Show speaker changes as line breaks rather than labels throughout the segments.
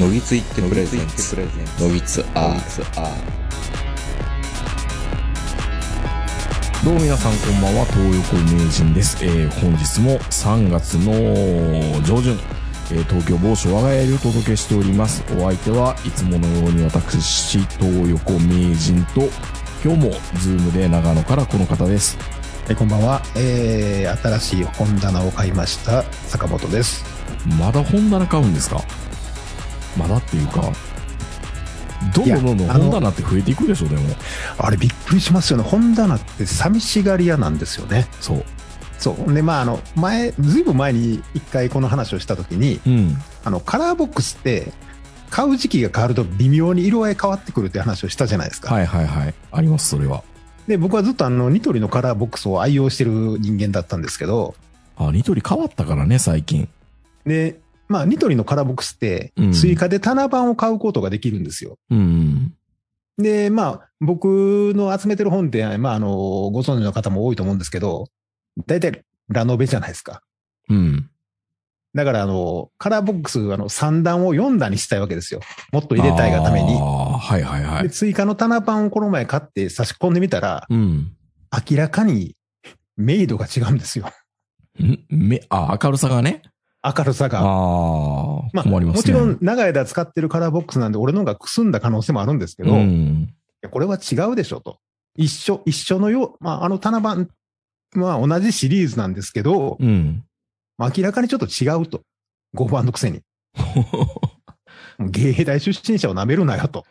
のぎついってプレゼン
ツ
ツのぎつアーツ
どうも皆さんこんばんは東横名人です、えー本日も3月の上旬、えー東京某所我が家よりお届けしておりますお相手はいつものように私東横名人と今日もズームで長野からこの方です
えこんばんは、えー、新しい本棚を買いました坂本です
まだ本棚買うんですかまだっていうかどんどんどんどん
いやあの
本棚って増えていくでしょでも
あれびっくりしますよね本棚って寂しがり屋なんですよね
そう
そうでまああの前ずいぶん前に一回この話をした時に
うん
あのカラーボックスって買う時期が変わると微妙に色合い変わってくるって話をしたじゃないですか、
はいはいはいありますそれは
で僕はずっとあのニトリのカラーボックスを愛用してる人間だったんですけど
あニトリ変わったからね最近
でまあニトリのカラーボックスって
うん
追加で棚版を買うことができるんですよ、
うん
で、まあ、僕の集めてる本って、まあ、あの、ご存知の方も多いと思うんですけど、大体ラノベじゃないですか。
うん
だから、あの、カラーボックス、あの、3段を4段にしたいわけですよ。もっと入れたいがために
あ。あ、はいはいは
で、
い。
追加の棚版をこの前買って差し込んでみたら、
うん。
明らかにメイドが違うんですよ。
んめ、あ、明るさがね。
明るさ
あ
が。
あ、
まあ、
困りますね。
もちろん、長い間使ってるカラーボックスなんで、俺の方がくすんだ可能性もあるんですけど、
う
い
ん。
やこれは違うでしょと。一緒、一緒のよう、まあ、あの棚版、まあ、同じシリーズなんですけど、
うん。
明らかにちょっと違うと。5番のくせに。もう芸大出身者を舐めるなよと。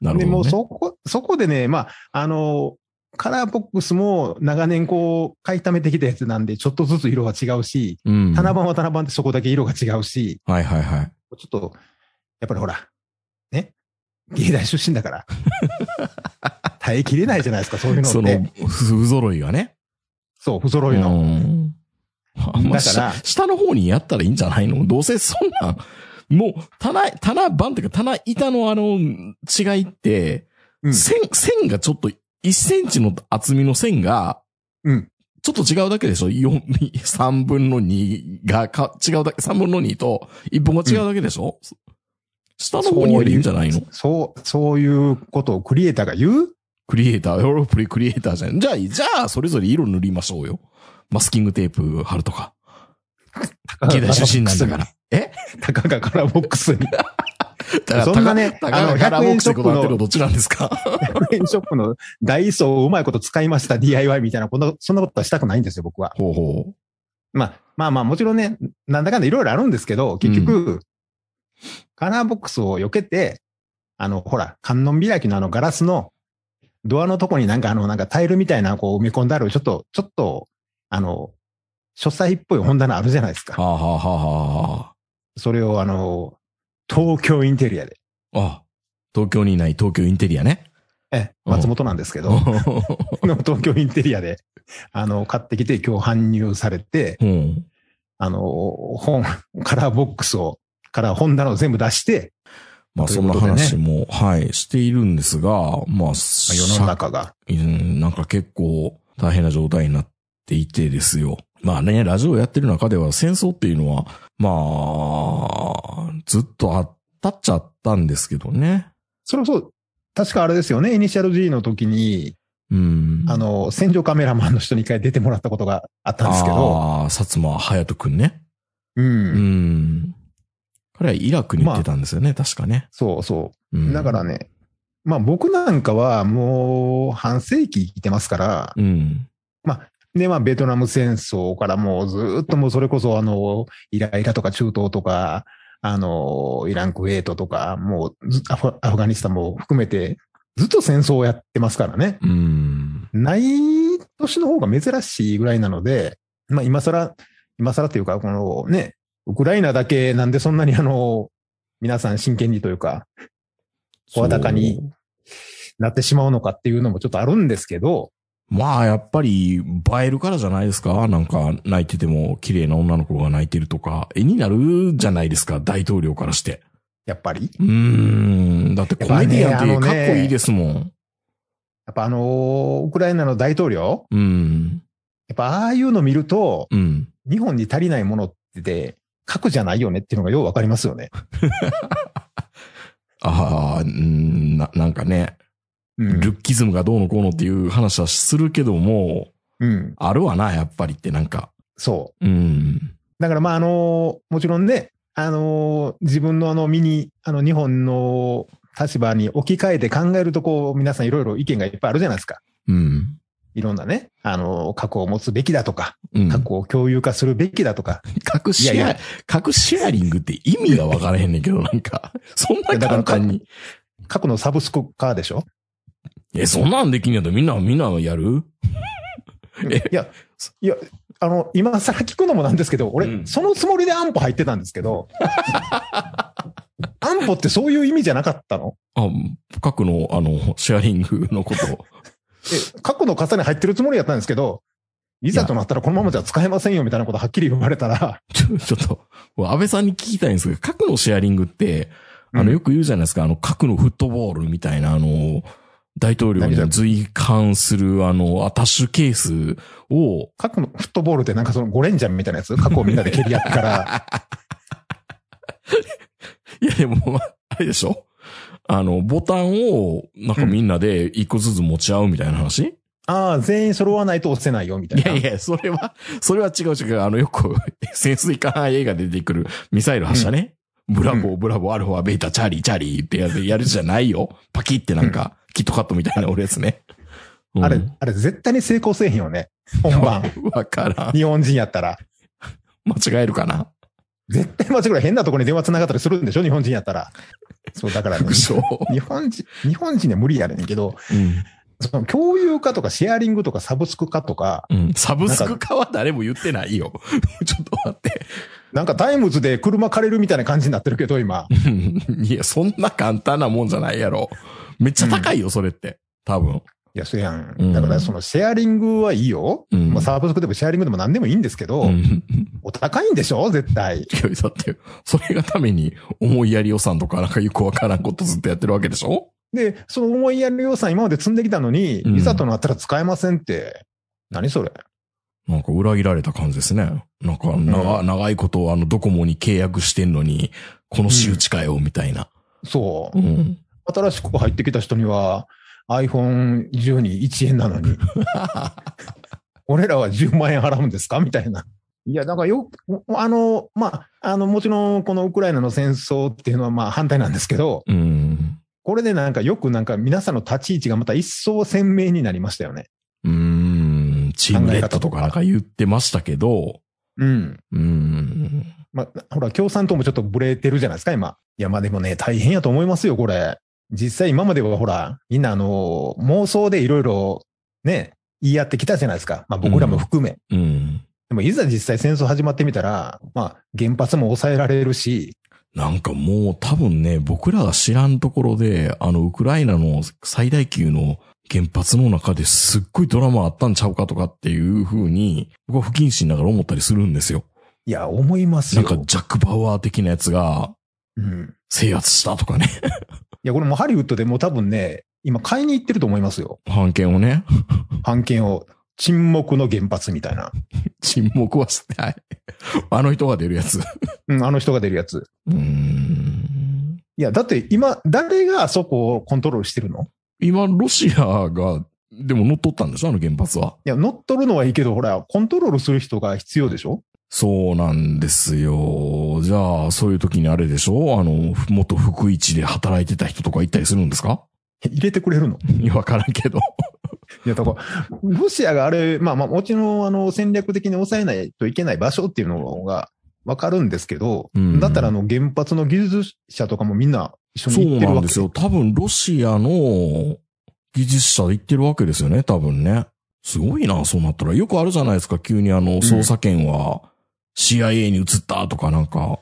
なるほど、ね。
で、もうそこ、そこでね、まあ、あの、カラーボックスも長年こう、買い溜めてきたやつなんで、ちょっとずつ色が違うし、
うん。
棚版は棚版ってそこだけ色が違うし、
はいはいはい。
ちょっと、やっぱりほら、ね、芸大出身 だから、耐えきれないじゃないですか、そういうの
そ
っ
の
て。、
不揃いがね。
そう、不揃いの。
ん。あんま
だから
下下の方にやったらいいんじゃないのどうせそんなん、もう、棚、棚板っていうか、棚板のあの、違いって、
うん
線、線がちょっと、1センチの厚みの線が、
うん。
ちょっと違うだけでしょ ?4、3分の2がか、違うだけ、3分の2と1分が違うだけでしょ、下の方にやりいいんじゃないの
そう、そういうことをクリエイターが言う
クリエイター、ヨーロップリクリエイターじゃん。じゃあ、じゃあ、それぞれ色塗りましょうよ。マスキングテープ貼るとか。芸大出身なんだから。え
たかがカラーボックスに。
だから
そんなね
高が
あの
カラーボックスで
100円ショップの
こだわってるのどっちなんですか
100円ショップのダイソーをうまいこと使いました DIY みたいな、こんな、そんなことはしたくないんですよ、僕は。
ほうほ
まあ、まあまあ、もちろんね、なんだかんだいろいろあるんですけど、結局、カラーボックスを避けて、あの、ほら、観音開きのあのガラスのドアのとこになんかあの、なんかタイルみたいなのこう埋め込んである、ちょっと、ちょっと、あの、書斎っぽい本棚あるじゃないです
う。
か。
はあ、はあはあは
それをあの、東京インテリアで、
あ、あ、東京にいない東京インテリアね。
ええ、
うん
松本なんですけど、
う
の 東京インテリアで、あの、買ってきて今日搬入さ れて、
ん。
あの、本、カラーボックスを、から本棚を全部出して、
まあ、
とい
そ
うん
な
ことでね
話も、はい、しているんですが、まあ、世
世の中が。
うん、なんか結構大変な状態になっていてですよ。まあね、ラジオやってる中では戦争っていうのは、まあ、ずっとあったっちゃあったんですけどね。
それこそ、確かあれですよね、イニシャル G の時に、
うん。
あの、戦場カメラマンの人に一回出てもらったことがあったんですけど、
ああ、薩摩隼人くんね。
う。
うんん。彼はイラクに行ってたんですよね、確かね。
そうそうう。
ん
だから。ね、まあ僕なんかはもう半世紀生きてますから、
うん。
で、まあ、ベトナム戦争からもうずーっともうそれこそ、あの、イライラとか中東とか、あの、イランクウェイトとか、もうずアフアフガニスタンも含めて、ずっと戦争をやってますからね。
うん。
ない年の方が珍しいぐらいなので、まあ、今更、今更というか、このね、ウクライナだけなんでそんなにあの、皆さん真剣にというか、声高になってしまうのかっていうのもちょっとあるんですけど、
まあ、やっぱり、映えるからじゃないですかなんか、泣いてても、綺麗な女の子が泣いてるとか、絵になるじゃないですか、大統領からして。
やっぱり。
うーん。だって、コメディアンってかっこいいですもん。
やっぱあの、ウクライナの大統領
うん。
やっぱああいうの見ると、
うん。
日本に足りないものって核じゃないよねっていうのがようわかりますよね。
ああ、うんな、なんかね、
うん。
ルッキズムがどうのこうのっていう話はするけども、
うん。
あるわな、やっぱりってなんか。
そう。
うん。
だからまああの、もちろんね、あの、自分のあの身に、あの日本の立場に置き換えて考えるとこう、皆さんいろいろ意見がいっぱいあるじゃないですか。
うん。
いろんなね、あの、核を持つべきだとか、
うん。
核を共有化するべきだとか。
核シェア、
いやいや
核シェアリングって意味が分からへんねんけど、なんか、そんな簡単に。
過去のサブスク化でしょ
え、そんなんできんねやとみんな、みんなやるえ
いや、いや、あの、今更聞くのもなんですけど、俺、
うん
そのつもりで安保入ってたんです けど、安保ってそういう意味じゃなかったの
あ、核の、あの、シェアリングのこと。
え、過去の傘に入ってるつもりやったんですけど、いざとなったらこのままじゃ使えませんよみたいなことはっきり言われたら、
ちょ、ちょっと、安倍さんに聞きたいんですけど、核のシェアリングって、あ
う
の、
ん
よく言うじゃないですか、あの、核のフットボールみたいな、あの、大統領に随伴する、あの、アタッシュケースを、
過去のフットボールってなんかそのゴレンジャーみたいなやつ過去をみんなで蹴り合ってから、
いやでも、まああれでしょあの、ボタンを、なんかみんなで一個ずつ持ち合うみたいな話、
ああ、全員揃わないと押せないよみたい
い
な。
やいや、それは、それは違う違う。あの、よく、 潜水艦映画で出てくるミサイル発射ね。ブラボー、ブラボー、アルファ、ベータ、チャーリー、チャーリーってやるやるじゃないよ。パキってなんか、キットカットみたいな俺ですね。うん
あれ、あれ絶対に成功せえへんよね。本 番。
わからん。
日本人やったら。
間違えるかな
絶対間違いない変なところに電話繋がったりするんでしょ日本人やったら。そう、だからね
副。将。
日本人、日本人には無理やねんけど、
うん。
その共有化とかシェアリングとかサブスク化とか、
うん。サブスク化は誰も言ってないよ。ちょっと待って。
なんかタイムズで車借りるみたいな感じになってるけど、今。
うんいや、そんな簡単なもんじゃないやろ。めっちゃ高いよ、それって。多分。
いや、そうやん
う。ん
だから、そのシェアリングはいいよ。
うん
まあ、サブスクでもシェアリングでも何でもいいんですけど、
うん
お高いんでしょ絶
い
対。
や、だって、それがために思いやり予算とかなんかよくわからんことずっとやってるわけでしょ
で、その思いやる予算今まで積んできたのに、
うん
いざとなったら使えませんって。何それ
なんか裏切られた感じですね。なんか長、長いことあのドコモに契約してんのに、この仕打ちかよ、みたいな。
そうう。
ん。
新しく入ってきた人には、iPhone10 に1円なのに、俺らは10万円払うんですかみたいな。いや、だからよく、あの、まあ、あの、もちろん、このウクライナの戦争っていうのは、まあ、反対なんですけど、
うん。
これでなんかよくなんか皆さんの立ち位置がまた一層鮮明になりましたよね。
うん。チームレッドとかなんか言ってましたけど、
うん。
うん。
まあ、ほら、共産党もちょっとブレてるじゃないですか、今。いや、まあでもね、大変やと思いますよ、これ。実際今まではほら、みんなあの、妄想でいろいろね、言い合ってきたじゃないですか。まあ僕らも含め。
うん。
でもいざ実際戦争始まってみたら、まあ原発も抑えられるし、
なんかもう多分ね、僕らが知らんところで、あの、ウクライナの最大級の原発の中ですっごいドラマあったんちゃうかとかっていう風に、僕は不謹慎ながら思ったりするんですよ。
いや、思います
なん
よ。
かジャック・バウアー的なやつが
うん。
制圧したとかね。
いや、これもうハリウッドでもう多分ね、今買いに行ってると思いますよ。
判件をね。
判件を。沈黙の原発みたいな。
沈黙はしてない。 あの人が出るやつ。
うん、あの人が出るやつ。
うーん。
いや、だって今、誰があそこをコントロールしてるの
今、ロシアが、でも乗っ取ったんでしょあの原発は。
いや、乗っ取るのはいいけど、ほら、コントロールする人が必要でしょ
そうなんですよ。じゃあ、そういう時にあれでしょあの、ふ元福市で働いてた人とか行ったりするんです か
入れてくれるの
いやわからんけど。
いや、だから、ロシアがあれ、まあまあ、もちろん、あの、戦略的に抑えないといけない場所っていうのがわかるんですけど、
うん
だったら、あの、原発の技術者とかもみんな一緒
そ
に行
う
ってる
なん
わ
で
け
すよ。多分、ロシアの技術者で行ってるわけですよね。多分ね。すごいな、そうなったら。よくあるじゃないですか。急にあの、捜査権は CIA に移ったとかなんか。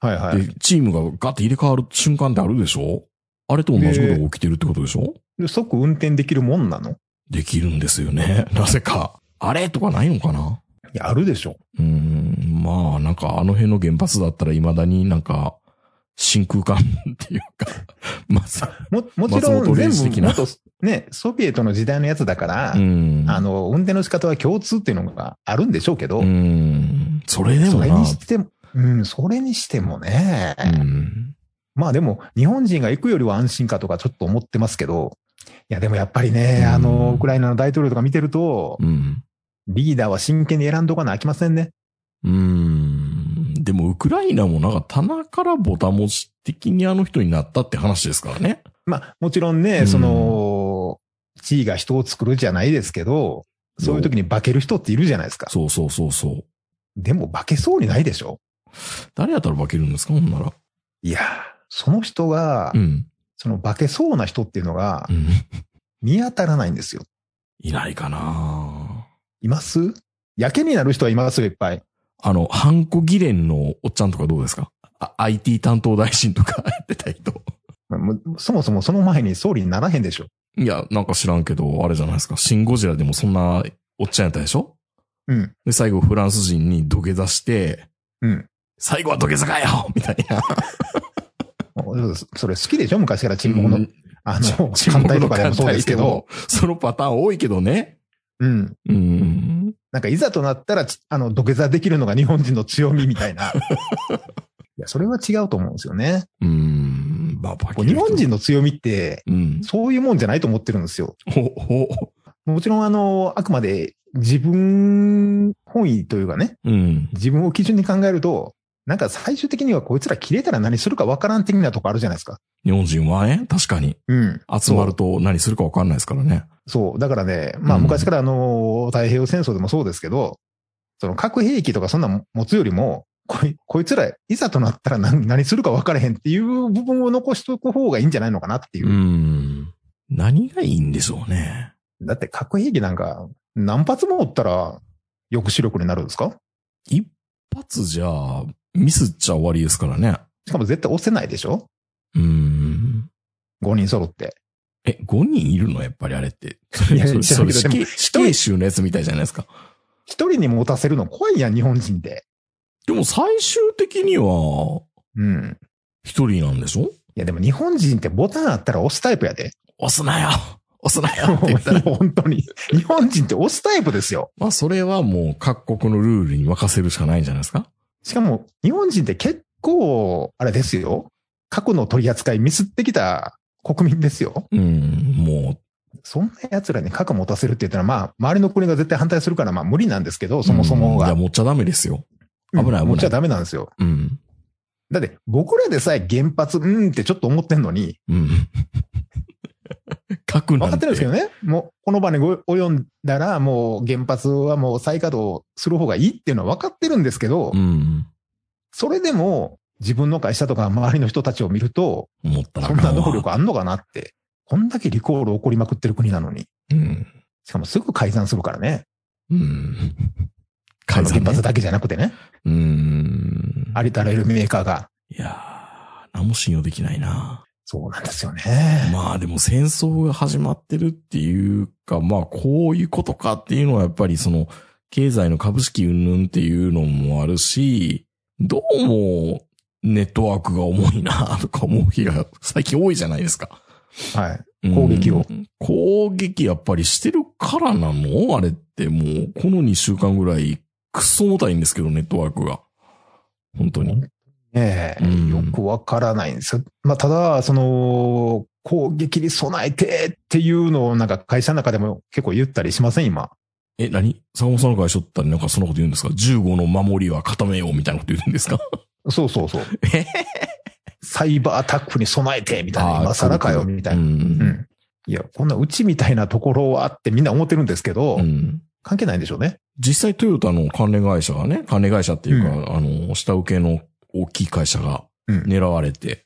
はいはい。
で、チームがガッて入れ替わる瞬間ってあるでしょあれと同じことが起きてるってことでしょ、
で即運転できるもんなの
できるんですよね。 なぜか。あれとかないのかない
や、あるでしょ。
うーん、まあ、なんかあの辺の原発だったら未だになんか、真空管っていうか、 まず、
も、もちろ
松
ん、
本零士
全
的
部、
な
元、ね、ソビエトの時代のやつだから、
うん。
あの、運転の仕方は共通っていうのがあるんでしょうけど、
うん。それでも
それ
な
に、しても、うん、それにしてもね、
うん。
まあでも、日本人が行くよりは安心かとかちょっと思ってますけど、いやでもやっぱり
う
ね、
ん
あの、ウクライナの大統領とか見てると、
うん。
リーダーは真剣に選んどかなあきませんね。
うん。でも、ウクライナもなんか棚からボタ持ち的にあの人になったって話ですからね。
まあ、もちろん
う
ね、
ん
その、地位が人を作るじゃないですけど、そういう時に化ける人っているじゃないですか。
そうそうそうそう。
でも化けそうにないでしょ
誰やったら化けるんですかほんなら。
いやー、その人が、
うん。
その化けそうな人っていうのが
うん。
見当たらないんですよ。
いないかない
ますやけになる人はいますよ、いっぱい。
あの、ハンコ議連のおっちゃんとかどうですかあ ?IT 担当大臣とかやってた人。
もうそもそもその前に総理にならへんでしょ。
いや、なんか知らんけど、あれじゃないですか。シンゴジラでもそんなおっちゃんやったでしょ
うん、
で、最後フランス人に土下座して、
うん。
最後は土下座かよみたいな。
それ好きでしょ昔から沈黙の、
うん
あの、艦隊とかでもそうですけ
沈黙の艦隊で
ど。。
もそのパターン多いけどね。
うん。
うん。
なんかいざとなったら、ちあの、土下座できるのが日本人の強みみた いな。いや、それは違うと思うんですよね。
うん。まあ、化ける
日
人
本人の強みって、
うん。
そういうもんじゃないと思ってるんですよ。
ほ、ほ。
もちろん、あの、あくまで自分本位というかね、
うん。
自分を基準に考えると、なんか最終的にはこいつら切れたら何するかわからん的なとこあるじゃないですか。
日本人はね、確かに。
うん。
集まると何するか分かんないですからね。
そう。だからね、まあ
うん
昔からあの、太平洋戦争でもそうですけど、その核兵器とかそんなん持つよりも、こいこいつら、いざとなったら何何するか分からへんっていう部分を残しとく方がいいんじゃないのかなっていうう。
ん。何がいいんでしょうね。
だって核兵器なんか何発も撃ったら抑止力になるんですか
一発じゃ、ミスっちゃ終わりですからね。
しかも絶対押せないでしょ
うん。
?5 人揃って。
え、5人いるのやっぱりあれって。そ
いや
れ、それ、それ
知ら
死
んけ
刑、死刑囚のやつみたいじゃないですか。
1人に持たせるの怖いやん、日本人で。
でも最終的には、
うん。
一人なんでしょ
いやでも日本人ってボタンあったら押すタイプ やで。
押すなよ押すなよって言った ら。
本当に。日本人って押すタイプですよ。
まあそれはもう各国のルールに任せるしかないんじゃないですか
しかも、日本人って結構、あれですよ。核の取り扱いミスってきた国民ですよ。
うん。も
そんな奴らに核持たせるって言ったら、まあ、周りの国が絶対反対するから、まあ、無理なんですけど、
う、
そもそ
う
も
んい
が
や、。持っちゃダメですよ。
うん
危ない危ない
持っちゃダメなんですよ。
うん。
だって、僕らでさえ原発、うんってちょっと思ってんのに、
うん。 書くなんて。
分かってるんですけどね。もう、この場にご及んだら、もう原発はもう再稼働する方がいいっていうのは分かってるんですけど、
うん。
それでも、自分の会社とか周りの人たちを見ると、
思ったら
そ
あ
ん
か
なん
わ
能力あんのかなって。こんだけリコール起こりまくってる国なのに。
うん。
しかもすぐ改ざんするからね。
うん。
あ
改
の
ざん、
原
ね
発。だけじゃなくてね。
うん。
ありとあらゆるメーカーが。
いやー、何も信用できないな。
そうなんですよね。
まあでも戦争が始まってるっていうか、まあこういうことかっていうのはやっぱりその、経済の株式云々っていうのもあるし、どうもネットワークが重いなとか思う日が最近多いじゃないですか。
はい。攻撃を
うん。攻撃やっぱりしてるからなのあれってもう、この2週間ぐらい、くっそ重たいんですけど、ネットワークが。本当に。
ねえ
うん
よくわからないんですよ。まあ、ただ、その、攻撃に備えてっていうのをなんか会社の中でも結構言ったりしません、今。
え、何坂本さんの会社だったらなんかそんなこと言うんですか ?15 の守りは固めようみたいなこと言うんですか
そうそう そう
え。
サイバーアタックに備えてみたいな、今更かよ、みたいな。 う
な。
ん。いや、こんなうちみたいなところはってみんな思ってるんですけど、
うん。
関係ないんでしょうね。
実際トヨタの関連会社がね、関連会社っていうか、
う
あの、下請けの大きい会社が
うん
狙われて、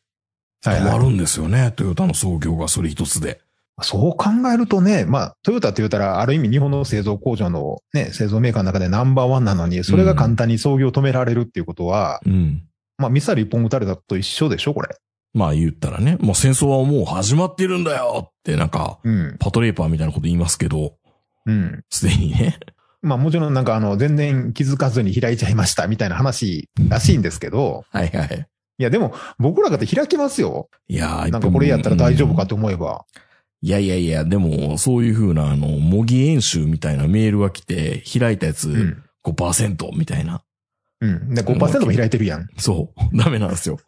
はいはい
止まるんですよね、トヨタの創業がそれ一つで。
そう考えるとね、まあ、トヨタって言ったら、ある意味日本の製造工場のね、製造メーカーの中でナンバーワンなのに、それが簡単に操業を止められるっていうことは、
うん。
まあ、ミサイル一本撃たれたと一緒でしょ、これ。
まあ言ったらね、もう戦争はもう始まってるんだよってなんか、
うん。
パトレーパーみたいなこと言いますけど、
うん。
すでに ね。
まあ、もちろんなんか、あの、全然気づかずに開いちゃいました、みたいな話らしいんですけど、
はいはい。
いや、でも、僕らだって開きますよ。
いやー
なんか、これやったら大丈夫か
うん
と思えば。
いやいやいや、でも、そういう風な、あの、模擬演習みたいなメールが来て、開いたや
う
つ
ん。
5%みたいな。
うん。で、5%も開いてるやん。
そう。 ダメなんですよ。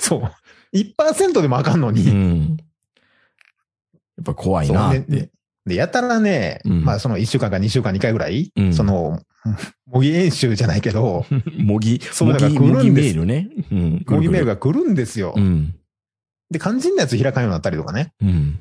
そう。1%でもあかんの
う
に。
ん。やっぱ怖い
そう
なっ
で
て。
でで、やたらね、
うん
まあその1週間か2週間に1回ぐらい、
うん
その、模擬演習じゃないけ ど、
模擬、
そう
模
だから
擬、
来るん
模擬メ
で
ー
す
ルね。うん。
模擬メール
が。
が来るんですよ
う。ん。
で、肝心なやつ開かんようになったりとかね。
うん。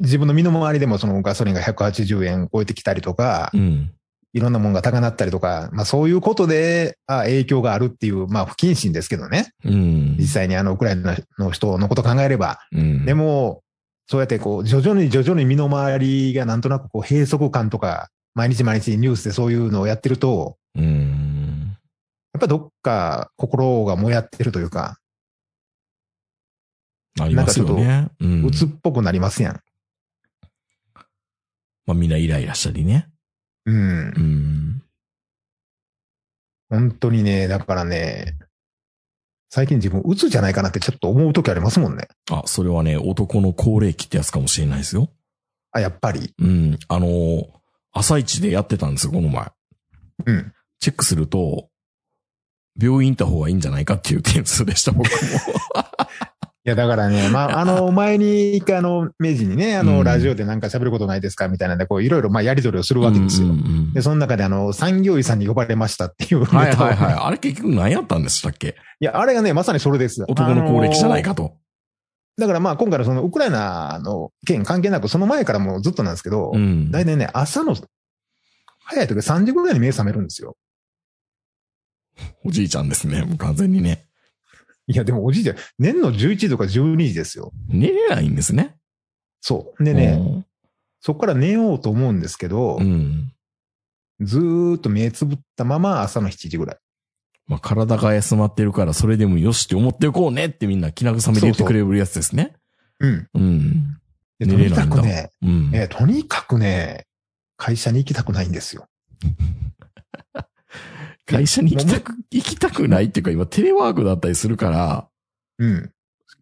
自分の身の回りでもそのガソリンが180円超えてきたりとか
う、ん。
いろんなもんが高なったりとか、まあそういうことで、あ影響があるっていう、まあ不謹慎ですけどね。
うん。
実際にあのウクライナの人のこと考えれば。
うん。
でも、そうやってこう、徐々に徐々に身の回りがなんとなくこう閉塞感とか、毎日毎日ニュースでそういうのをやってると、
うん。
やっぱどっか心がもやってるというか、
ありますよね。うん。
鬱っぽくなりますやん。
まあみんなイライラしたりね。
うん
う。ん。
本当にね、だからね、最近自分鬱じゃないかなってちょっと思う時ありますもんね。
あ、それはね、男の高齢期ってやつかもしれないですよ。
あ、やっぱり。
うん。あのー、朝一でやってたんですよ、この前。
うん。
チェックすると、病院行った方がいいんじゃないかっていう点数でした、僕も。
いや、だから ね、まあ、あの、前に一回あの、明治にね、あ
う
の、
ん
ラジオでなんか喋ることないですかみたいなんで、こう、いろいろ、まあ、やり取りをするわけですよ。
うんうんうん
で、その中であの、産業医さんに呼ばれましたっていうネタを
は
ね、
いはいはい。あれ結局何やったんでしたっけ
いや、あれがね、まさにそれです。
男の高齢期じゃない
あの
か
ー。
と。
だからまあ、今回のその、ウクライナの件関係なく、その前からもうずっとなんですけど、
うん。
大体ね、朝の、早い時3時ぐらいに目覚めるんですよ。
おじいちゃんですね、もう完全にね。
いや、でもおじいちゃん、年の11時とか12時ですよ。
寝れないんですね。
そう。でね、
うん
そこから寝ようと思うんですけど、
うん。
ずーっと目つぶったまま朝の7時ぐらい。
まあ、体が休まってるから、それでもよしって思っていこうねってみんな気慰めで言ってくれるやつですね。
うん。
うん。
でと
寝れ
に
ない
か
んだ
くね、
うん。
えーとにかくね、会社に行きたくないんですよ。
会社に行きたく、行きたくないっていうか、今テレワークだったりするから、
うん。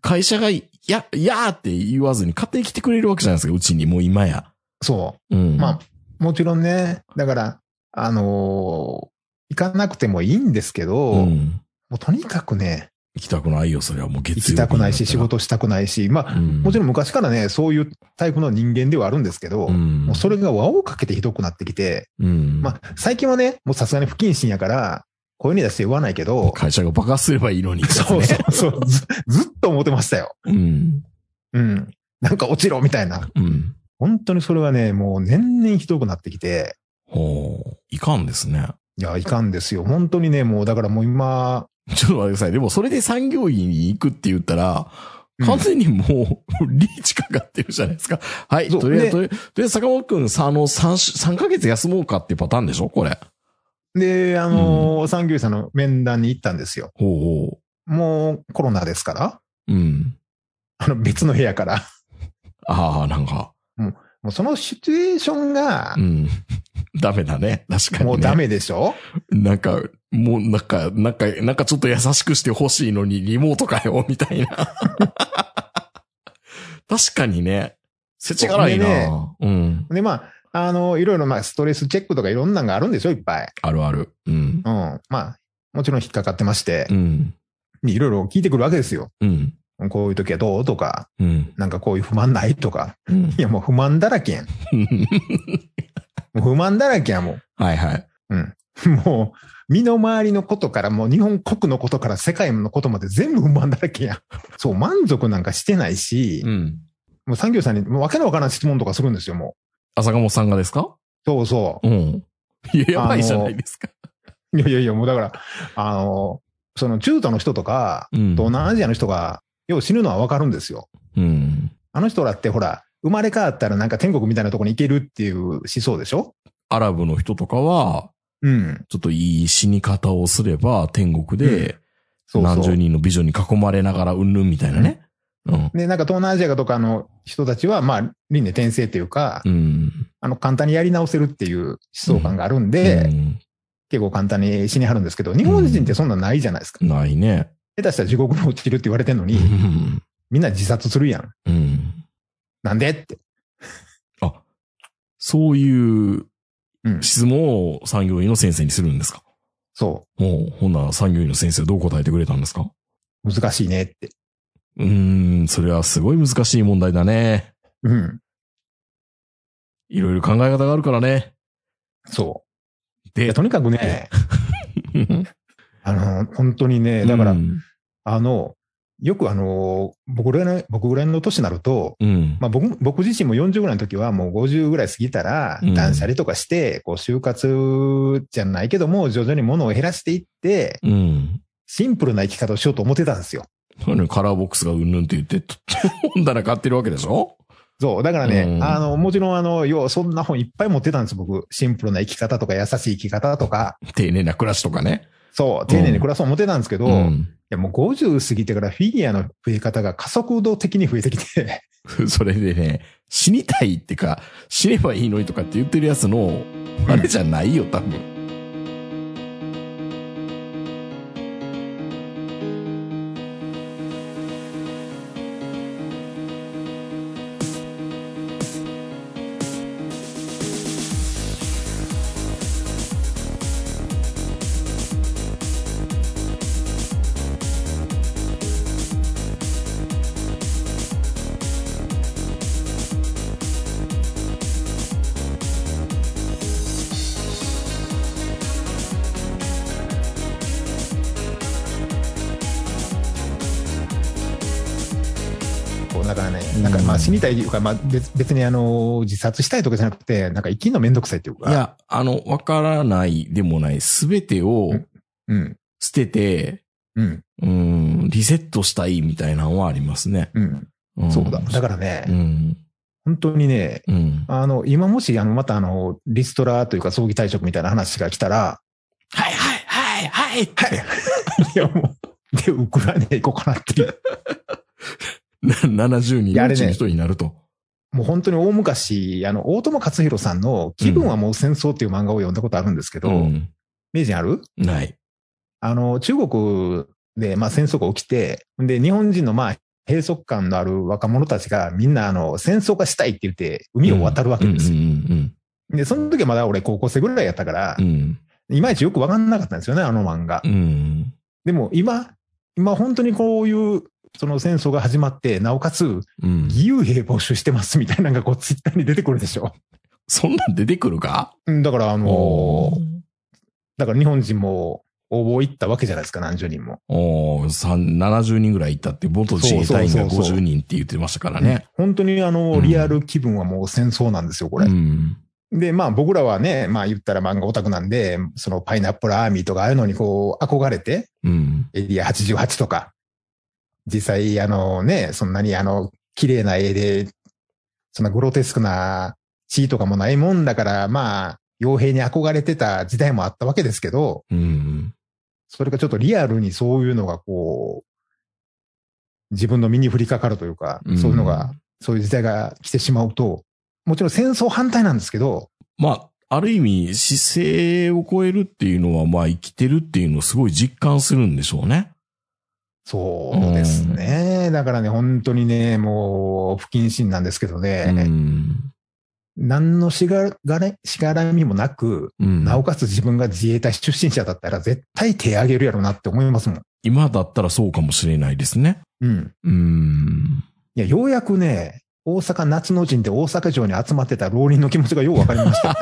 会社が、いや、いやーって言わずに勝手に来てくれるわけじゃないですか、うちに、もう今や。
そ
うん。
う。まあ、もちろんね、だから、あのー行かなくてもいいんですけど、
う
も
ん。
うとにかくね、
行きたくないよ、それはもう月曜
行きたくないし、仕事したくないし、まあ、もちろ
ん、
ん昔からね、そういうタイプの人間ではあるんですけど、
うん。
もうそれが輪をかけてひどくなってきて、
うん。
まあ、最近はね、もうさすがに不謹慎やから、声に出して言わないけど、
会社が爆発すればいいのに、
そう
です
そ
ね
うそう、ずずっと思ってましたよ。
うん。
うん。なんか落ちろみたいな。
うん。
本当にそれはね、もう年々ひどくなってきて、
ほう。いかんですね。
いや、いかんですよ。本当にね、もうだからもう今、
ちょっと待ってください。でも、それで産業医に行くって言ったら、
うん
完全にもう、リーチかかってるじゃないですか。はい。
そう
とりあえず、と
で
りあえずとりあえず、坂本くん、さあの、3、三ヶ月休もうかっていうパターンでしょこれ。
で、あのー産業医さんの面談に行ったんですよ。
ほうほ
もうコロナですから、
う。うん。
あの別の部屋から。
ああ、なんか、
もうそのシチュエーションが
う、ん。 ダメだね。確かに、ね。
もうダ。メでしょ、
なんか、もうなんか、なんか、なんかちょっと優しくしてほしいのに、リモートかよ、みたいな。 確かにね。世知辛いな、
これね
うん。
で、まあ、あの、いろいろ、まあ、ストレスチェックとかいろんなのがあるんでしょいっぱい。
あるある。うん。
うん。まあ、もちろん引っかかってまして
う、ん。
いろいろ聞いてくるわけですよ。
うん。
こういう時はどうとか、
うん。
なんかこういう不満ないとか。
うん
いや、もう不満だらけやん。もう不満だらけやも
はいはい。
う。うん。 もう、身の回りのことから、もう日本国のことから世界のことまで全部不満だ らけやん。そう、満足なんかしてないし、
うん。
もう産業さんにもうわけのわからん質問とかするんですよ、も
浅鴨さんがですか
う。そうそう。
うん。いや、やばいじゃないですか。
いやいやいや、もうだから、あの、その中東の人とか、
うん。
東南アジアの人が、よう死ぬのはわかるんですよ。
うん。
あの人らってほら、生まれ変わったらなんか天国みたいなとこに行けるっていう思想でしょ
アラブの人とかは、
うん。
ちょっといい死に方をすれば、天国で、
そう
何
そ
十
う。
人の美女に囲まれながら、うんぬんみたいなね。うん。
で、なんか東南アジアとかの人たちは、まあ、輪廻転生っていうか、
うん。
あの、簡単にやり直せるっていう思想感があるんで、
うん
結構簡単に死にはるんですけど、日本人ってそんなんないじゃないですか。
ないね。
下手したら地獄に落ちるって言われてんの
う
に、
ん。
みんな自殺するやん。
うん。
なんでって。
あ、そういう
うん。
質問を産業医の先生にするんですか
そ
おうほんなら産業医の先生どう答えてくれたんですか
う。難しいねって。
うーん、それはすごい難しい問題だね。
うん。
いろいろ考え方があるからね。
そ
で
う。いや、とにかくね、あの、本当にね、だから、
うん。
あの、よくあの、僕ぐらいの、僕ぐらいの年になると、
うん
まあ、僕も僕自身も40ぐらいの時はもう50ぐらい過ぎたら
うん
断捨離とかして、こう就活じゃないけども徐々に物を減らしていって
うん。
シンプルな生き方をしようと思ってたんですよ。
それにカラーボックスがうんぬんって言って、 本棚買ってるわけでしょ
そう。だからね、
うん
あの、もちろんあの、よう、そんな本いっぱい持ってたんです、僕。シンプルな生き方とか優しい生き方とか、
丁寧な暮らしとかね。
そう、丁寧に暮らそう思ってたんですけど、
う
い
ん。
やもう50過ぎてからフィギュアの増え方が加速度的に増えてきて、
それでね、死にたいってか、死ねばいいのにとかって言ってるやつの、あれじゃないよ、多分。
こうだからね、なんかまあ死にたいというか、まあ別別にあの、自殺したいとかじゃなくて、なんか生きるのめんどくさいっていうか、
いや、あの、わからないでもない、すべてを
うん、
捨てて、
うん、
うん、リセットしたいみたいなのはありますね。
うん、
ん
そうだ。だからね、
うん。
本当にね、
うん。
あの、今もし、あの、またあの、リストラというか、葬儀退職みたいな話が来たら、
はいはいはいはいはい
い やもう、で、ウクライナ行こうかなっていう。
な !70 人
いや
の
あ
う
れ
ち
ね
の人になると。
もう本当に大昔、あの、大友克洋さんの、気分はもう戦争っていう漫画を読んだことあるんですけど、
うん。
名人ある
ない。
あの、中国で、まあ、戦争が起きて、で、日本人の、まあ、閉塞感のある若者たちが、みんな、あの、戦争がしたいって言って、海を渡るわけです
う
よ。
ん
で、その時はまだ俺、高校生ぐらいやったから
うんう、ん
いまいちよくわかんなかったんですよね、あの漫画
うん。う。ん。
でも今、今本当にこういう、その戦争が始まって、なおかつ、
うん。
義勇兵募集してますみたいなのがこうツイッターに出てくるでしょ。
そんなん出てくるか
うんだからあの
お
ー、だから日本人も応募行ったわけじゃないですか、何十人も。
おーさん70人ぐらいいったって、元自衛隊員が
そうそうそうそう
50人って言ってましたからね。
本当にあの
う
ー、
ん
リアル気分はもう戦争なんですよ、これ
う。ん。
で、まあ僕らはね、まあ言ったら漫画オタクなんで、そのパイナップルアーミーとかああいうのにこう憧れて、
うん。
エリア88とか、実際、あのね、そんなにあの、綺麗な絵で、そんなグロテスクな地位とかもないもんだから、まあ、傭兵に憧れてた時代もあったわけですけど、
うん。
それがちょっとリアルにそういうのがこう、自分の身に降りかかるというか、
うん
そういうのが、そういう時代が来てしまうと、もちろん戦争反対なんですけど、
まあ、ある意味、姿勢を超えるっていうのは、まあ、生きてるっていうのをすごい実感するんでしょうね。
そうですね。だからね、本当にね、もう不謹慎なんですけどね、
うん。
何のしががれしがらみもなく、
うん。
なおかつ自分が自衛隊出身者だったら絶対手挙げるやろなって思いますもん。
今だったらそうかもしれないですね。
うん。
うん。
いや、ようやくね、大阪夏の陣で大阪城に集まってた浪人の気持ちがようわかりましたよね。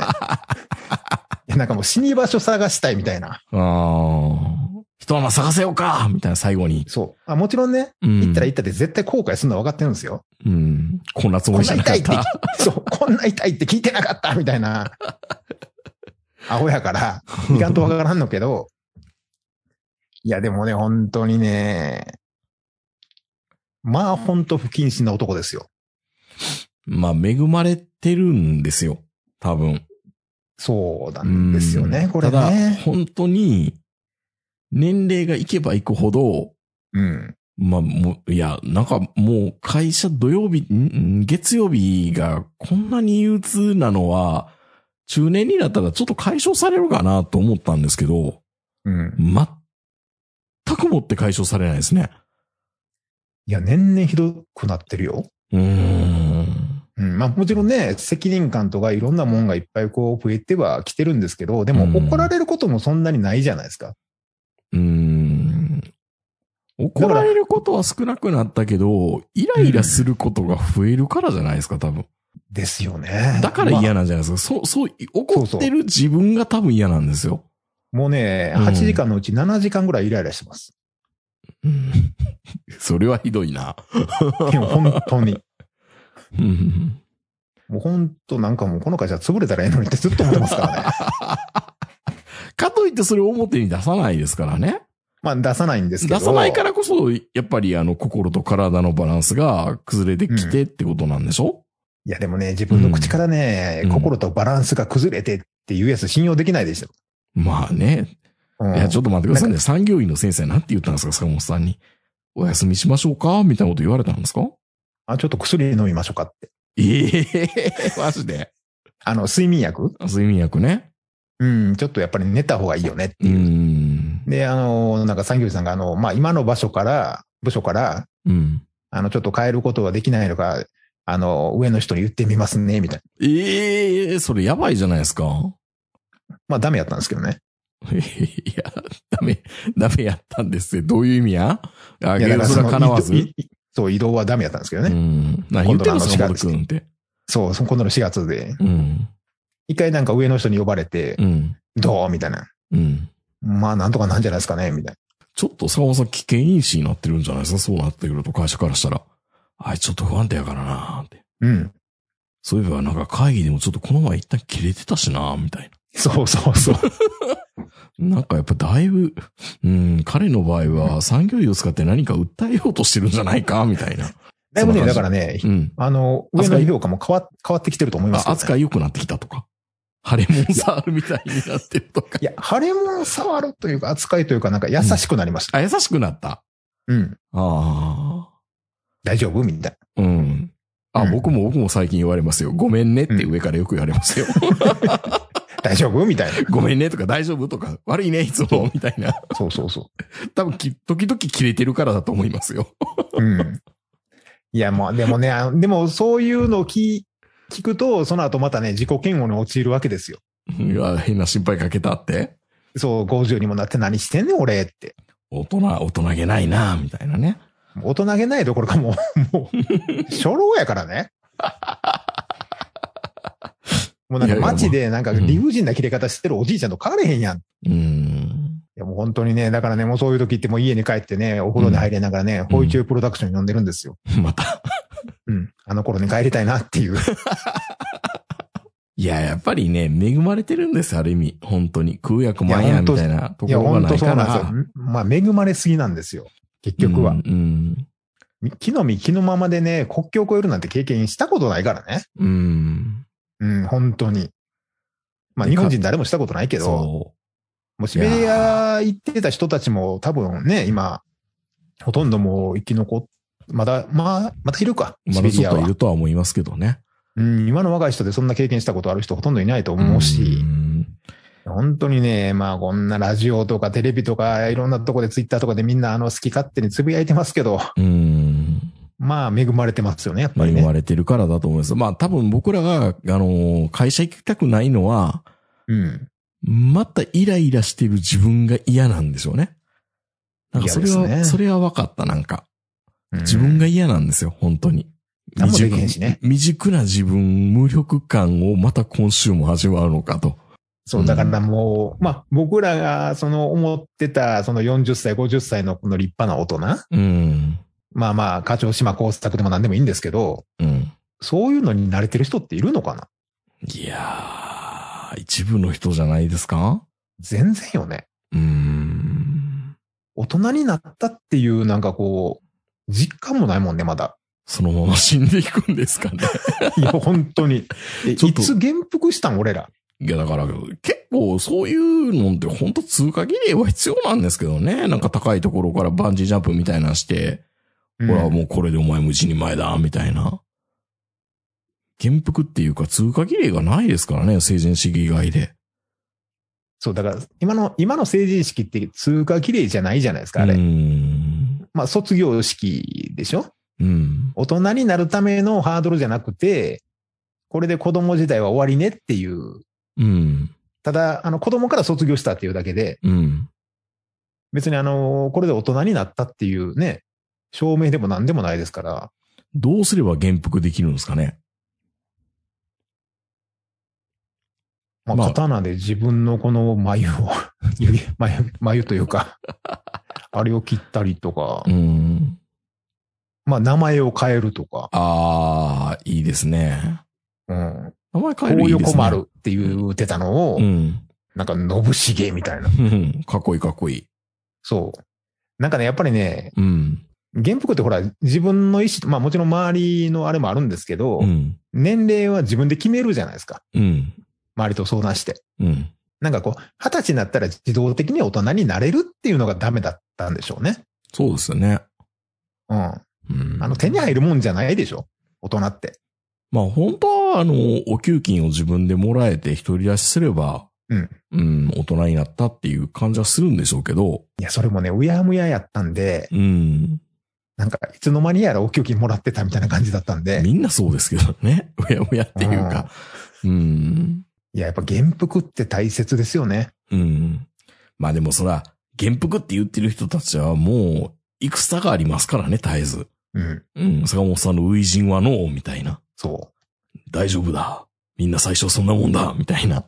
いや、なんかもう死に場所探したいみたいな。
ああ。一穴探せようかみたいな最後に。
そう。あもちろんね、
うん。
行ったら行ったで絶対後悔するのは分かってるんですよ。
うん。こんなつも
こん
りじ
な
ゃなか
痛い
っ
って
た。、
そう、こんな痛いって聞いてなかったみた いな。アホやから、いかんとわからんのけど。いや、でもね、本当にね、まあ、本当不謹慎な男ですよ。
まあ、恵まれてるんですよ。多分。
そうなんですよね、これ
ただ、
ね。
本当に、年齢がいけばいくほど、
うん。
まあ、もう、いや、なんかもう会社土曜日、んん月曜日がこんなに憂鬱なのは、中年になったらちょっと解消されるかなと思ったんですけど、
うん。
全くもって解消されないですね。
いや、年々ひどくなってるよ。
うーん。
うん、まあもちろんね、責任感とかいろんなもんがいっぱいこう増えてはきてるんですけど、でも
うん
怒られることもそんなにないじゃないですか。
うーん。怒られることは少なくなったけど、イライラすることが増えるからじゃないですか、多分。
ですよね。
だから嫌
まあ
なんじゃないですか。そう、そう、怒ってる自分が多分嫌なんですよ。
もうね、
うん
8時間のうち7時間ぐらいイライラして ます。
うん それはひどいな。
でも本当に。
うん
もう本当なんかもうこの会社潰れたらええのにってずっと思ってますから ね。
かといってそれを表に出さないですからね。
まあ出さないんですけど。
出さないからこそ、やっぱりあの心と体のバランスが崩れてきてってことなんでしょ、
いやでもね、自分の口からね、
うん
心とバランスが崩れてっていうやつ信用できないでしょ。
まあね。
うん、
いや、ちょっと待ってください
な
ね。産業医の先生なんて言ったんですか坂本さんに。お休みしましょうかみたいなこと言われたんですか
あちょっと薬飲みましょうかって。
ええ マジで。
あの、睡眠薬
睡眠薬ね。
うん、ちょっとやっぱり寝た方がいいよねって
う
いう。
ん。
で、あの、なんか産業医さんが、あの、まあ、今の場所から、部署から、
うん。
あの、ちょっと変えることはできないのか、あの、上の人に言ってみますね、みたい
ええそれやばいじゃないですか。
な。まあ、ダメやったんですけどね。
いや、ダメ、ダメやったんですって。どういう意味やあ、
いや、
それは叶わず。
いいそう、移動はダメやったんですけどね。
うん。何言ってんの坂本くんって。
そう、そ今度の4月で、
うん。
一回なんか上の人に呼ばれて、
うん。
どうみたいな。
うん。
まあ、なんとかなんじゃないですかね、みたい
ちょっと坂本さん危険因子になってるんじゃないですかそうなってくると会社からしたら。あいつちょっと不安定やからなって。
な。うん。
そういえばなんか会議でもちょっとこの前一旦切れてたしなみたい
そうそう そう。
な。なんかやっぱだいぶ、うん、彼の場合は産業医を使って何か訴えようとしてるんじゃないかみたいな。
だいぶね、
そんな感じ
だからね
う、ん。
あの、上の評価も変わ変わってきてると思いま
あ
すけどね
扱い良くなってきたとか。腫れ物触るみたいになってるとか
い。や、腫れ物触るというか、扱いというか、なんか優しくなりました。
あ、優しくなった。
うん。
あ
大丈夫みたいな。
あ。うん。あ、
うん
僕も僕も最近言われますよ。ごめんねって上からよく言われ ますよ。
大丈夫みたいな。
ごめんねとか大丈夫とか悪いねいつ もみたいな。
そうそうそ
多分き、時々切れてるからだと思いますよ。
う。うん。いや、もう、でもね、あのでも、そういうのを聞聞くと、その後またね、自己嫌悪に陥るわけですよ。
いや、変な心配かけたって。
そう、50にもなって何してんねん、俺って。
大人、大人げないなみたいなね。
もう大人げないどころかもう、もう、初老やか らね。もうなんか街でなんか理不尽な切れ方してるおじいちゃんと変われへんやん。いう
ーん。
やもう本当にね、だからね、もうそういう時ってもう家に帰ってね、お風呂に入れながらね、ホイチュウプロダクション呼んでるんですよ。
また。
うん。あの頃に帰りたい なっていう。
いや、やっぱりね、恵まれてるんです、ある意味。本当に。空薬マン
いや
や、
本当
みたいなとこ
いや、
ろが
本
な
当
い
そう
か
な
ら。
んですよ。まあ、恵まれすぎなんですよ。結局は
うん。うん。
み木の実、木のままでね、国境を越えるなんて経験したことないからね。
うん。
うん、本当に。まあ、
で
日
か
本人誰もしたことないけど、
そ
もうシベリア行ってた人たちも多分ね、今、ほとんどもう生き残っ、まだ、まあ、まだいるか。
う。
シ
ま
ベ
だち
リ
ょ
ア
っとい
は
る。とは思いますけどね。
うん、今の若い人でそんな経験したことある人ほとんどいないと思うし
う、ん
本当にね、まあこんなラジオとかテレビとかいろんなとこでツイッターとかでみんなあの好き勝手につぶやいてますけど、
うん。
まあ恵まれてますよね、やっぱり
恵ま
ね。
れてるからだと思います。まあ多分僕らが、あの、会社行きたくないのは、
うん。
またイライラしてる自分が嫌なんでしょうね。なんかそれは、
嫌ですね
それは分かった、なんか。
うん
自分が嫌なんですよ、本当に。
何もできへんしね
未熟な自分、無力感をまた今週も味わうのかと。
そう、だからもう、まあ僕らがその思ってたその40歳、50歳のこの立派な大人、
うん。
まあまあ課長島工作でも何でもいいんですけど、
うん。
そういうのに慣れてる人っているのかない
やー、一部の人じゃないですか
全然よね。
うーん。
大人になったっていうなんかこう、実感もないもんね、まだ。
そのまま死んでいくんですかね。
いや、本当に。えい
ちょっと
つ減服したん、俺ら。
いや、だから、結構そういうのって本当通過儀礼は必要なんですけどね。なんか高いところからバンジージャンプみたいなのして、
うん
ほら、もうこれでお前も一人前だ、みたいな。元服っていうか通過儀礼がないですからね、成人式以外で。
そう、だから、今の、今の成人式って通過儀礼じゃないじゃないですか、あれ。
うーん。
まあ、卒業式でしょ
うん。
大人になるためのハードルじゃなくて、これで子供時代は終わりねっていう、
うん。
ただ、あの、子供から卒業したっていうだけで、
うん。
別にあの、これで大人になったっていうね、証明でも何でもないですから、
どうすれば減服できるんですかね
まあ、
まあ
刀で自分のこの眉を、指眉、眉という か、あれを切ったりとか、
うん。
まあ、名前を変えるとか、
ああ、いいですね。
うん。
名前変える
紅
いい
葉
ですね。
困るって言ってたのを、
うん。
なんか、信繁みたいな。
うん。かっこいいかっこいい。
そう。なんかね、やっぱりね、
うん。
原服ってほら、自分の意思、まあもちろん周りのあれもあるんですけど、
うん。
年齢は自分で決めるじゃないですか。
うん。
周りと相談して。
うん。
なんかこう、二十歳になったら自動的に大人になれるっていうのがダメだったんでしょうね。
そうですよね。
うん。
うん。
あの、手に入るもんじゃないでしょ。大人って。
まあ本当は、あの、お給金を自分でもらえて独り出しすれば、
うん。
うん、大人になったっていう感じはするんでしょうけど、
いや、それもね、うやむややったんで、
うん。
なんか、いつの間にやらお給金もらってたみたいな感じだったんで、
みんなそうですけどね。 うやうやっていうか。うん。
いや、やっぱ原服って大切ですよね。
うん。まあでもそら、原服って言ってる人たちはもう、戦がありますからね、絶えず。
うん。
うん。坂本さんの初陣はのう、みたいな。
そう。
大丈夫だ。みんな最初そんなもんだ、みたいな。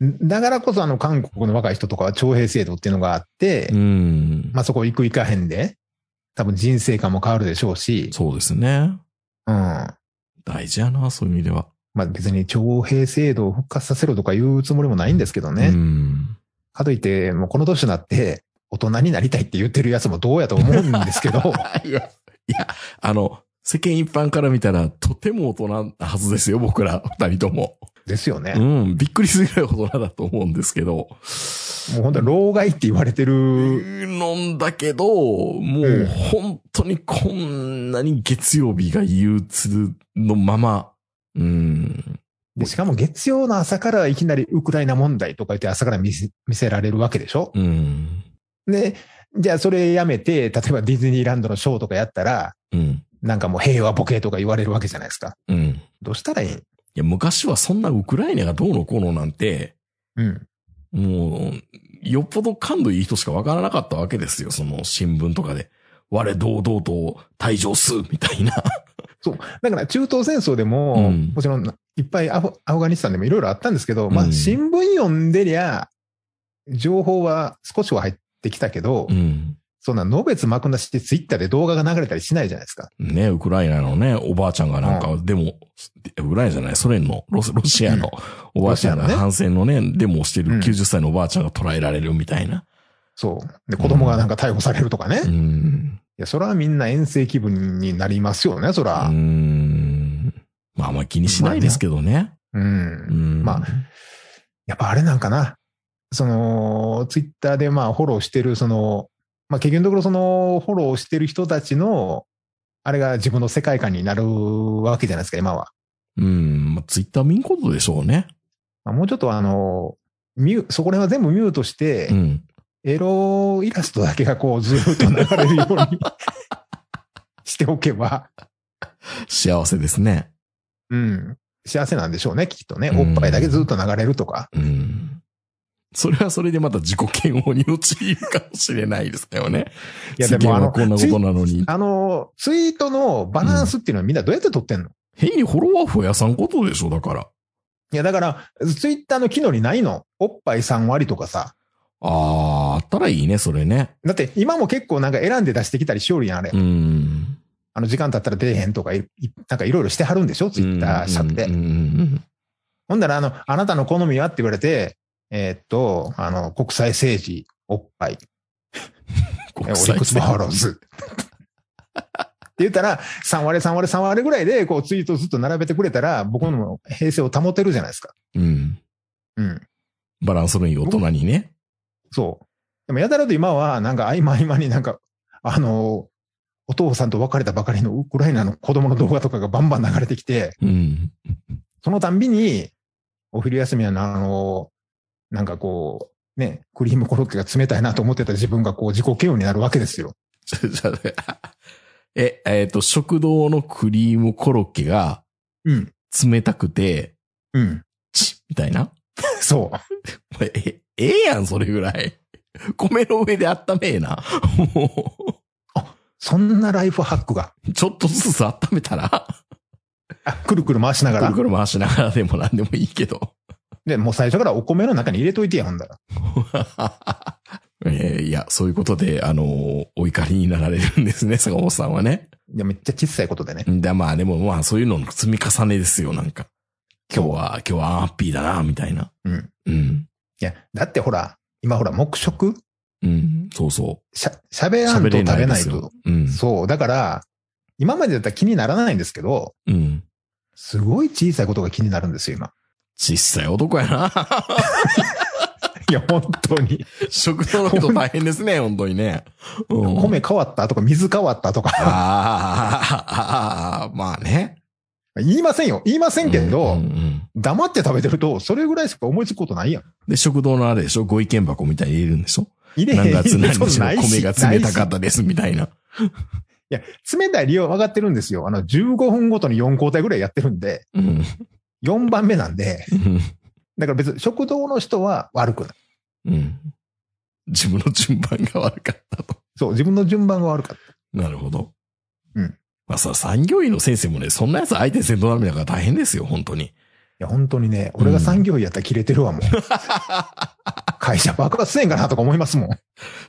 だからこそあの韓国の若い人とかは徴兵制度っていうのがあって、
うん。
まあそこ行く行かへんで、多分人生観も変わるでしょうし、
そうですね。
うん。ま
大事やな、そういう意味では。
あ別に徴兵制度を復活させろとか言うつもりもないんですけどね。
うん。
かといって、もうこの年になって大人になりたいって言ってるやつもどうやと思うんで すけど、
いや、いや、あの、世間一般から見たら、とても大人なはずですよ、僕ら、二人とも。
ですよね。
う
も
ん、びっくりするぐらい大人だと思うんですけど。
う本当に老害って言われてる、
飲んだけど、もう本当にこんなに月曜日が憂鬱のまま、うん、
でしかも月曜の朝からいきなりウクライナ問題とか言って朝から見せ見せられるわけでしょ
うん、
で、じゃあそれやめて、例えばディズニーランドのショーとかやったら、
うん、
なんかもう平和ボケとか言われるわけじゃないですか。
うん。い
どうしたらいいん
や、昔はそんなウクライナがどうのこうのなんて、
うん。
もう、よっぽど感度いい人しかわからなかったわけですよ、その新聞とかで。我堂々と退場す、みたいな。
だから中東戦争でも、
うん
もちろんいっぱいアフアフガニスタンでもいろいろあったんですけど、ま
う
あ
ん
新聞読んでりゃ、情報は少しは入ってきたけど、
うん。
そんなのべつ幕なしってツイッターで動画が流れたりしないじゃないですか。
ね、ウクライナのね、おばあちゃんがなんか、
う
でも、ウクライナじゃない、ソ連の、ロシロシアのおばあちゃんが
ロシアのね
反戦のね、デモをして
う
る
ん
90歳のおばあちゃんが捉えられるみたいな。
そう。で、子供がなんか逮捕されるとかね。
う
い
ん。
や、それはみんな遠征気分になりますよね、そら
う。ん。まあ、あんまり気にしないですけどね。
う。
うんん。
まあやっぱあれなんかな。その、ツイッターでまあフォローしてる、その、まあ結局のところそのフォローしてる人たちの、あれが自分の世界観になるわけじゃないですか、今は。
うん。まあ、ツイッター見んことでしょうね。
まあ、もうちょっとあの、ミューそこら辺は全部ミュートして、
うん。
エロイラストだけがこうずっと流れるように しておけば、
幸せですね。
うん、幸せなんでしょうね、きっとね。
うん
おっぱいだけずっと流れるとか。
うん。それはそれでまた自己嫌悪に陥るかもしれないですよね。
いや、でも
世間
あの
は、こんなことなのに。
あの、ツイートのバランスっていうのはみんなどうやって取ってんの、
変にフォロワー増やさんことでしょ、だから。
いや、だから、ツイッターの機能にないの。おっぱい3割とかさ。
ああ、あったらいいね、それね。
だって、今も結構なんか選んで出してきたりしおるやん、あれ。
うん。
あの、時間経ったら出えへんとかい、いなんかいろいろしてはるんでしょツイッター社って。
うんうん
ほんだら、あの、あなたの好みはって言われて、えーっと、あの、国際政治、おっぱい、
うん
えオリックス・バファローズ。って言ったら、3割、3割、3割ぐらいで、こう、ツイートずっと並べてくれたら、僕の平成を保てるじゃないですか。
うん。
うん。
バランスのいい大人にね。
そう。でもやたらと今は、なんか合間合間になんか、あの、お父さんと別れたばかりのウクライナの子供の動画とかがバンバン流れてきて、
うん。
そのたんびに、お昼休みのあの、なんかこう、ね、クリームコロッケが冷たいなと思ってた自分がこう自己嫌悪になるわけですよ。
ちょちょえ、えっ、と、食堂のクリームコロッケが、
うん。
冷たくて、
うん。
チッみたいな。
そ
これ え、ええやん、それぐらい。 米の上で温めえな。 も
う。そんなライフハックが。
う、ちょっとずつ温めたら、
あ、くるくる回しなが
くる
ら
く。る回しながらでも何でもいいけど。
で、もう最初からお米の中に入れといてや、ほんだら。
えーいや、そういうことで、あのーお怒りになられるんですね、坂本さんはね。
いや、めっちゃ小さいことでね。
で、まあでもまあそういうのの積み重ねですよ、なんか。今日は、今日はアンハッピーだな、みたいな。
うん。
うん。
いや、だってほら、今ほら、黙食
うん。そうそ
しゃ、喋
う。
らんと食べない
で
と。
すよ。うん。
そう。だから、今までだったら気にならないんですけど、
うん。
すごい小さいことが気になるんです よ、今。
小さい男やな。
いや、本当に。
食堂の人大変ですね、 本当にね。うん
米変わったとか、水変わったとか。
ああ、 まあね。
言いませんよ。言いませんけど、
うんうんうん
黙って食べてると、それぐらいしか思いつくことないやん。
で、食堂のあれでしょご意見箱みたいに入れるんでしょ
入れへん
何月何
そん
日
な
の
いし
米が冷たかっ
ないした
ですみたいな。
冷たい理由は分かってるんですよ。あの、15分ごとに4交代ぐらいやってるんで、
うん。
4番目なんで、
うん
だから別に食堂の人は悪くない。
うん。自分の順番が悪かったと。
そう、自分の順番が悪かっ
なるほど。
うん。
まあさ、産業医の先生もね、そんなやつ相手せんとダメだから大変ですよ、本当に。
た。いや、本当にね、俺が産業医やったら切れて るわ、もう。会社爆発せんかなとか思いますもん。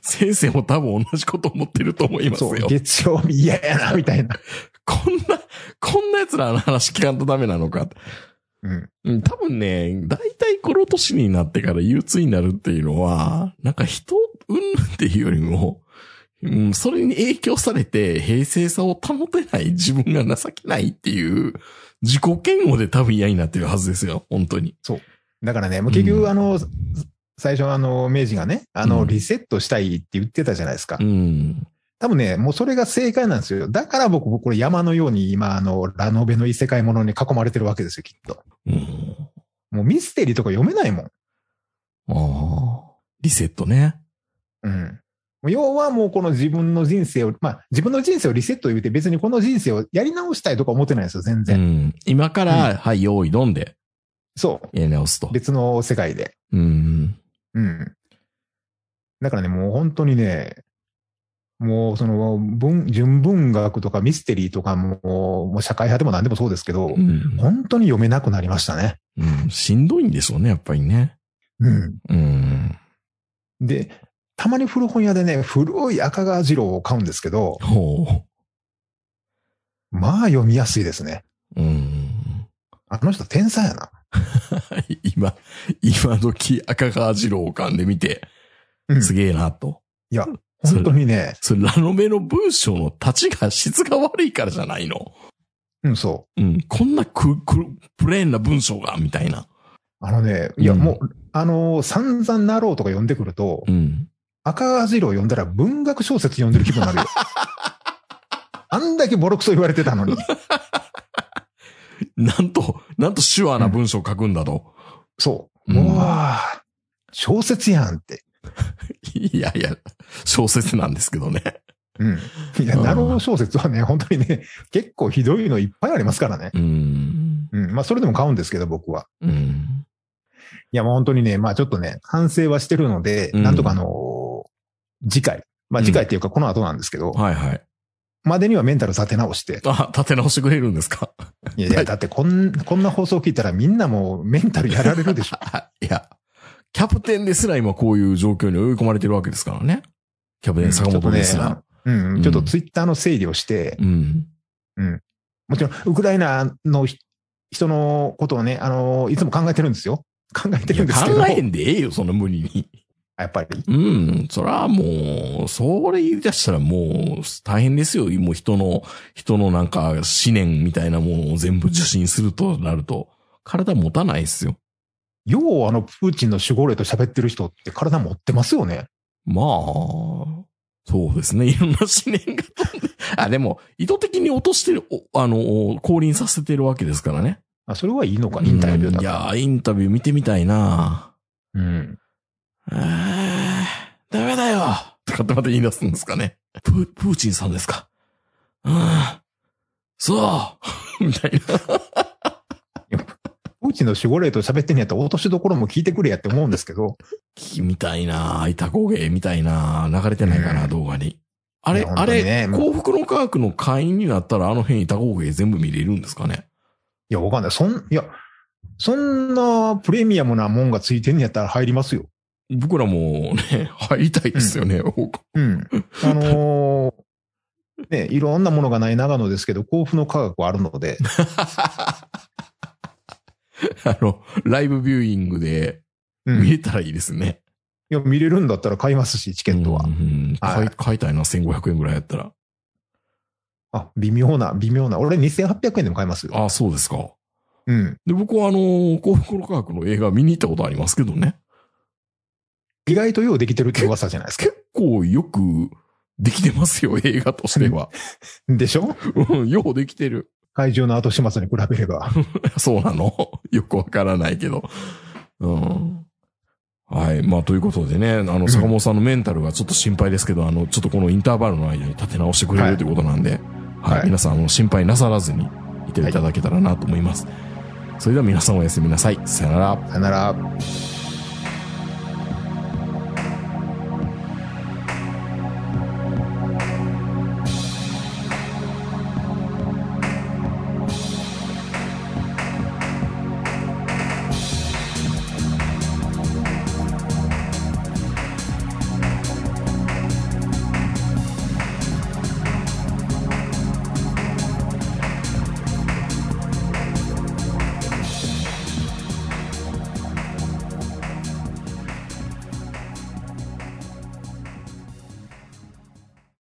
先生も多分同じこと思ってると思います
そう、
よ。
月曜日嫌やな、みたいな。
こんな、こんな奴らの話聞かんとダメなのか。
うん。
うん多分ね、大体この年になってから憂鬱になるっていうのは、なんか人、うんっていうよりも、うん、それに影響されて平静さを保てない自分が情けないっていう自己嫌悪で多分嫌になってるはずですよ、本当に。
だからね、もう結局、
うん
あの、最初、あの、明治がね、あの、
うん
リセットしたいって言ってたじゃないですか
う。ん。
多分ね、もうそれが正解なんですよ。だから僕、僕これ山のように今、あの、ラノベの異世界ものに囲まれてるわけですよ、きっと。
うん。
もうミステリーとか読めないもん。
ああ。リセットね。
うん。要はもうこの自分の人生を、まあ自分の人生をリセット言うて別にこの人生をやり直したいとか思ってないんですよ、全
う
然。
ん。今から、はい、用意飲んで、
そ
やり直すと
う。。別の世界で。
うん。
うん。だからね、もう本当にね、もうその文、純文学とかミステリーとかも、もう社会派でも何でもそうですけど、
うん。
本当に読めなくなりましたね。
うん。しんどいんでしょうね、やっぱりね。
うん。
うん。
で、たまに古本屋でね、古い赤川次郎を買うんですけど、
ほう。
まあ読みやすいですね。
うん。
あの人天才やな。
今、今時赤川次郎を噛んでみて、
うん
すげえなと。
本当にね、
それラノベの文章の立ちが質が悪いからじゃないの。
うん、そ
うん。こんなく、く、プレーンな文章が、みたいな。
う。あのね、いや、
うん
もう、あのー散々なろうとか読んでくると、
うん。
赤川次郎読んだら文学小説読んでる気分に なるよ。あんだけボロクソ言われてたのに。
なんと、なんと手話な文章を書くんだと。
そう。
う
うんわあ小説やんって。
いやいや、小説なんですけどね。
うん。いや、
うん
なるほど小説はね、本当にね、結構ひどいのいっぱいありますからね。
うん。
うん。まあ、それでも買うんですけど、僕は。
うん。
いや、もう本当にね、まあちょっとね、反省はしてるので、
うん
なんとかあのー次回、まあ次回っていうかこの後なんですけど、
はいはい。
までにはメンタル立て直して、
あ、立て直してくれるんですか
いやいや、だってこん、こんな放送聞いたらみんなもうメンタルやられるでしょ。
いや、キャプテンですら今こういう状況に追い込まれてるわけですからね。キャプテン坂本ですら。
うん、
うん
ちょっとツイッターの整理をして、
うん。
もちろん、ウクライナのひ人のことをね、あのーいつも考えてるんですよ。考えて
い
る
や
んですけど。
考えんでええよ、その無理に。
やっぱり。
うん、そらもう、それ言い出したらもう、大変ですよ。もう人の、人のなんか、思念みたいなものを全部受信するとなると、体持たないですよ。
よう、あの、プーチンの守護霊と喋ってる人って体持ってますよね。
まあ、そうですね。いろんな思念が飛んで。あ、でも、意図的に落としてる、おあの、降臨させてるわけですからね。
あ、それはいいのか、インタビュ
う
ーだ
んい
か
やー、インタビュー見てみたいな
ら。うん。
えー、ダメだよとかってまた言い出すんですかね。プー、プーチンさんですかうん。そうみたいな。
口の守護霊と喋ってんやったら落としどころも聞いてくれやって思うんですけど、
聞きみたいなぁ、板工芸みたいなぁ、流れてないかな、
うん
動画に。あれ、
いや
あれ、
本当に
幸
ね
福の科学の会員になったらあの辺板工芸全部見れるんですかね
いや、わかんない。そん、いや、そんなプレミアムなもんがついてんやったら入りますよ。
僕らもね、 入りたいですよね、僕
うん。あのーね、いろんなものがない長野ですけど、甲府の科学はあるので、
あの、ライブビューイングで
うん、
見
い
れたらいいですね。
や見れるんだったら買いますし、チケットは。
うんうん買い
は
買いたいな、1500円ぐらいやったら。
あ、微妙な、微妙な。俺2800円でも買いますよ。
ああ、そうですか。
うん。
で、僕はあの、幸福の科学の映画見に行ったことありますけどね。
意外とようできてるって噂じゃないで すか。
結構よくできてます よ、映画としては。
でしょ
うん、ようできてる。
怪獣の後始末に比べれば。
そうなのよくわからないけど。うん。はい。まあ、ということでね、あの、坂本さんのメンタルがちょっと心配ですけど、あの、ちょっとこのインターバルの間に立て直してくれる、
はい
ということなんで、はい。
はい
皆さん、あの、心配なさらずにいていただけたらなと思います。それでは皆さんおやすみなさい。さよなら。
さよなら。